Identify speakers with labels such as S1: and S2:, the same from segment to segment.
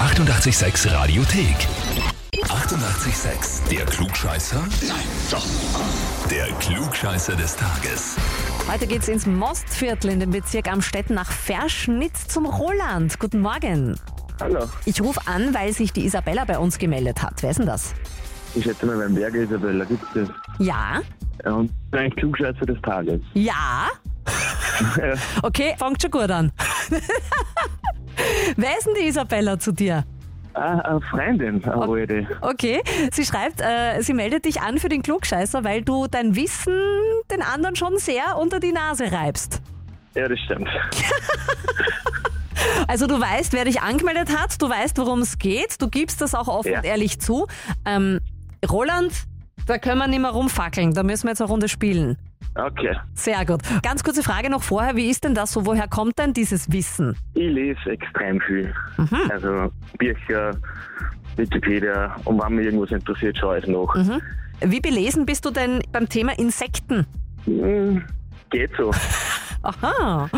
S1: 886 Radiothek. 88,6. Der Klugscheißer? Nein, doch. Der Klugscheißer des Tages.
S2: Heute geht's ins Mostviertel in dem Bezirk Amstetten nach Verschnitt zum Roland. Guten Morgen.
S3: Hallo,
S2: Ich rufe an, weil sich die Isabella bei uns gemeldet hat. Wer ist denn das?
S3: ich schätze mal beim Berger Isabella gibt es.
S2: Ja?
S3: Und ein Klugscheißer des Tages.
S2: Ja? Okay, fangt schon gut an. Wer ist denn die Isabella zu dir?
S3: ah, eine Freundin, eine alte.
S2: Okay, sie schreibt, äh, sie meldet dich an für den Klugscheißer, weil du dein Wissen den anderen schon sehr unter die Nase reibst.
S3: Ja, das stimmt.
S2: Also du weißt, wer dich angemeldet hat, du weißt, worum es geht, du gibst das auch offen
S3: Ja.
S2: und ehrlich zu. Ähm, Roland, da können wir nicht mehr rumfackeln, da müssen wir jetzt eine Runde spielen.
S3: Okay.
S2: Sehr gut. Ganz kurze Frage noch vorher, wie ist denn das so, woher kommt denn dieses Wissen?
S3: Ich lese extrem viel. Also Bücher, Wikipedia und wenn mich irgendwas interessiert, schaue ich noch.
S2: Wie belesen bist du denn beim Thema Insekten?
S3: Hm, geht so.
S2: Aha.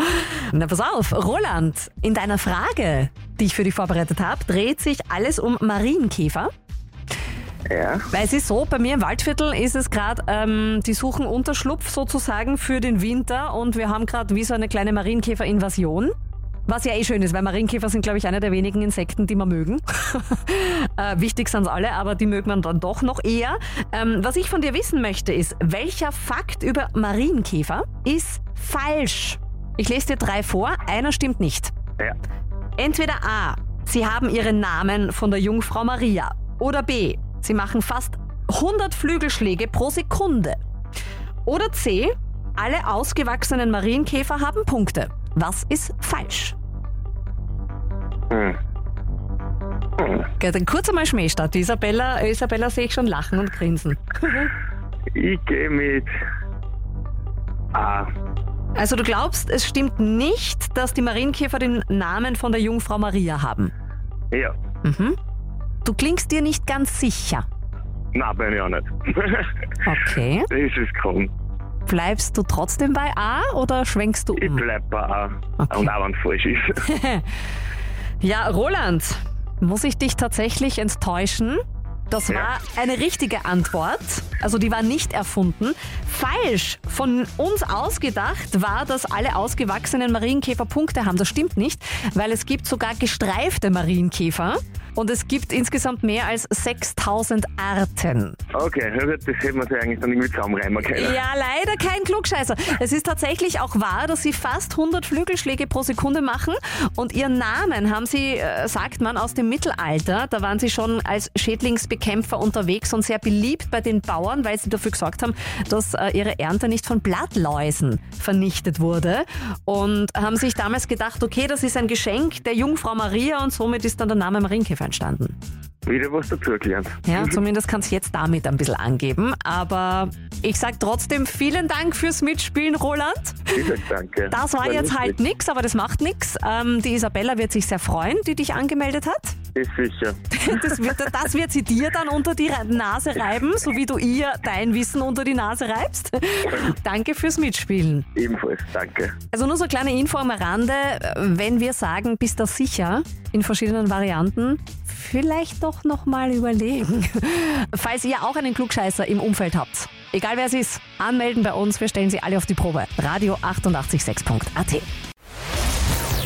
S2: Na pass auf, Roland, in deiner Frage, die ich für dich vorbereitet habe, dreht sich alles um Marienkäfer.
S3: Ja,
S2: Weil es ist so, bei mir im Waldviertel ist es gerade, ähm, die suchen Unterschlupf sozusagen für den Winter und wir haben gerade wie so eine kleine Marienkäfer-Invasion. Was ja eh schön ist, weil Marienkäfer sind, glaube ich, einer der wenigen Insekten, die man mögen. äh, wichtig sind alle, aber die mögen man dann doch noch eher. Ähm, was ich von dir wissen möchte, ist, welcher Fakt über Marienkäfer ist falsch? Ich lese dir drei vor, einer stimmt nicht.
S3: ja.
S2: Entweder A, sie haben ihren Namen von der Jungfrau Maria. Oder B, sie machen fast 100 Flügelschläge pro Sekunde. Oder C, alle ausgewachsenen Marienkäfer haben Punkte. Was ist falsch?
S3: Hm. Hm.
S2: Gell, Dann kurz einmal Schmäh statt. Die Isabella, äh, Isabella sehe ich schon lachen und grinsen.
S3: Ich gehe mit. Ah,
S2: Also du glaubst, es stimmt nicht, dass die Marienkäfer den Namen von der Jungfrau Maria haben.
S3: ja.
S2: Du klingst dir nicht ganz sicher.
S3: Nein, bin ich auch nicht.
S2: Okay.
S3: das ist kaum.
S2: Bleibst du trotzdem bei A oder schwenkst du
S3: Ich
S2: um?
S3: bleib bei A.
S2: Okay.
S3: Und auch wenn es falsch ist.
S2: Ja, Roland, muss ich dich tatsächlich enttäuschen? Das
S3: Ja.
S2: war eine richtige Antwort. Also die war nicht erfunden. Falsch von uns ausgedacht war, dass alle ausgewachsenen Marienkäfer Punkte haben. Das stimmt nicht, weil es gibt sogar gestreifte Marienkäfer. Und es gibt insgesamt mehr als 6000 Arten.
S3: Okay, na gut, das hätten wir sich eigentlich dann irgendwie zusammenreimen können.
S2: Ja, leider kein Klugscheißer. Es ist tatsächlich auch wahr, dass sie fast 100 Flügelschläge pro Sekunde machen und ihren Namen haben sie, äh, sagt man, aus dem Mittelalter. Da waren sie schon als Schädlingsbekämpfer unterwegs und sehr beliebt bei den Bauern, weil sie dafür gesorgt haben, dass äh, ihre Ernte nicht von Blattläusen vernichtet wurde und haben sich damals gedacht, okay, das ist ein Geschenk der Jungfrau Maria und somit ist dann der Name Marienkäfer entstanden.
S3: Wieder was dazugelernt.
S2: Ja, zumindest kannst du jetzt damit ein bisschen angeben. Aber ich sag trotzdem vielen Dank fürs Mitspielen, Roland.
S3: Ich sag danke.
S2: Das war jetzt
S3: lustig.
S2: halt nix, aber das macht nix. Ähm, die Isabella wird sich sehr freuen, die dich angemeldet hat.
S3: Ist sicher.
S2: Das wird, das wird sie dir dann unter die Re- Nase reiben, so wie du ihr dein Wissen unter die Nase reibst. Danke fürs Mitspielen.
S3: Ebenfalls danke.
S2: Also nur so eine kleine Info am Rande, äh, wenn wir sagen, bist du sicher in verschiedenen Varianten, vielleicht doch nochmal überlegen. Falls ihr auch einen Klugscheißer im Umfeld habt, egal wer es ist, anmelden bei uns, wir stellen sie alle auf die Probe. Radio 886.at